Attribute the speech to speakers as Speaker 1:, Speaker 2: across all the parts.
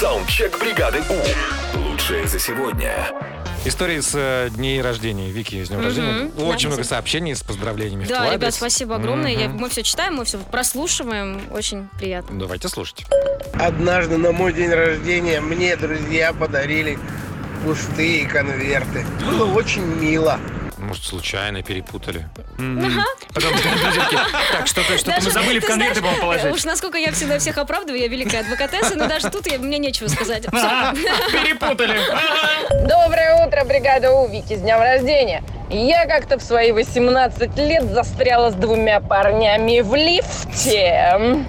Speaker 1: Саундчек бригады У. Лучшее за сегодня.
Speaker 2: Истории с э, дней рождения. Вики, с днем
Speaker 3: Мгм,
Speaker 2: рождения.
Speaker 3: да,
Speaker 2: Очень много
Speaker 3: спасибо.
Speaker 2: сообщений с поздравлениями. в
Speaker 3: Да,
Speaker 2: твой
Speaker 3: ребят,
Speaker 2: адрес.
Speaker 3: спасибо огромное. Я-
Speaker 2: Мгм.
Speaker 3: мы все читаем, мы все прослушиваем. Очень приятно.
Speaker 2: Давайте слушать.
Speaker 4: Однажды на мой день рождения мне друзья подарили пустые конверты. Было очень мило.
Speaker 2: Может, случайно перепутали. Мгм. Потом друзья такие, так, что-то что-то мы
Speaker 3: Даже-
Speaker 2: забыли в
Speaker 3: ты
Speaker 2: конверты,
Speaker 3: знаешь,
Speaker 2: по-моему, положить.
Speaker 3: Уж насколько я всегда всех оправдываю, я великая адвокатесса, но даже тут я- мне нечего сказать. Всё.
Speaker 5: э,
Speaker 2: Перепутали.
Speaker 6: Доброе утро, бригада У, Вики, с днем рождения! Я как-то в свои 18 лет застряла с двумя парнями в лифте. Ну,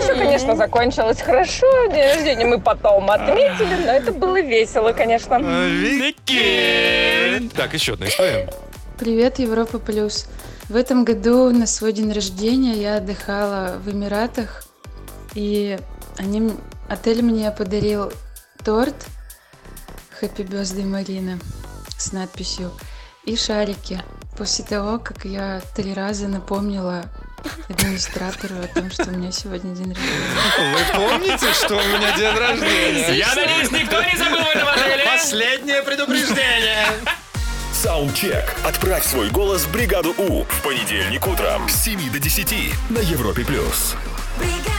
Speaker 6: все, конечно, закончилось хорошо. День рождения мы потом отметили, но это было весело, конечно.
Speaker 2: Вики! Так, еще одна история.
Speaker 7: Привет, Европа Плюс. В этом году на свой день рождения я отдыхала в Эмиратах, и они, м- отель мне подарил торт Happy Birthday Марина с надписью и шарики. После того, как я три раза напомнила администратору о том, что у меня сегодня день рождения.
Speaker 2: Вы помните, что у меня день рождения?
Speaker 5: Я надеюсь, никто не забыл в этом отеле.
Speaker 2: Последнее предупреждение.
Speaker 1: Саундчек. Отправь свой голос в бригаду У в понедельник утром с 7 до 10 на Европе+. плюс.
Speaker 8: бригада.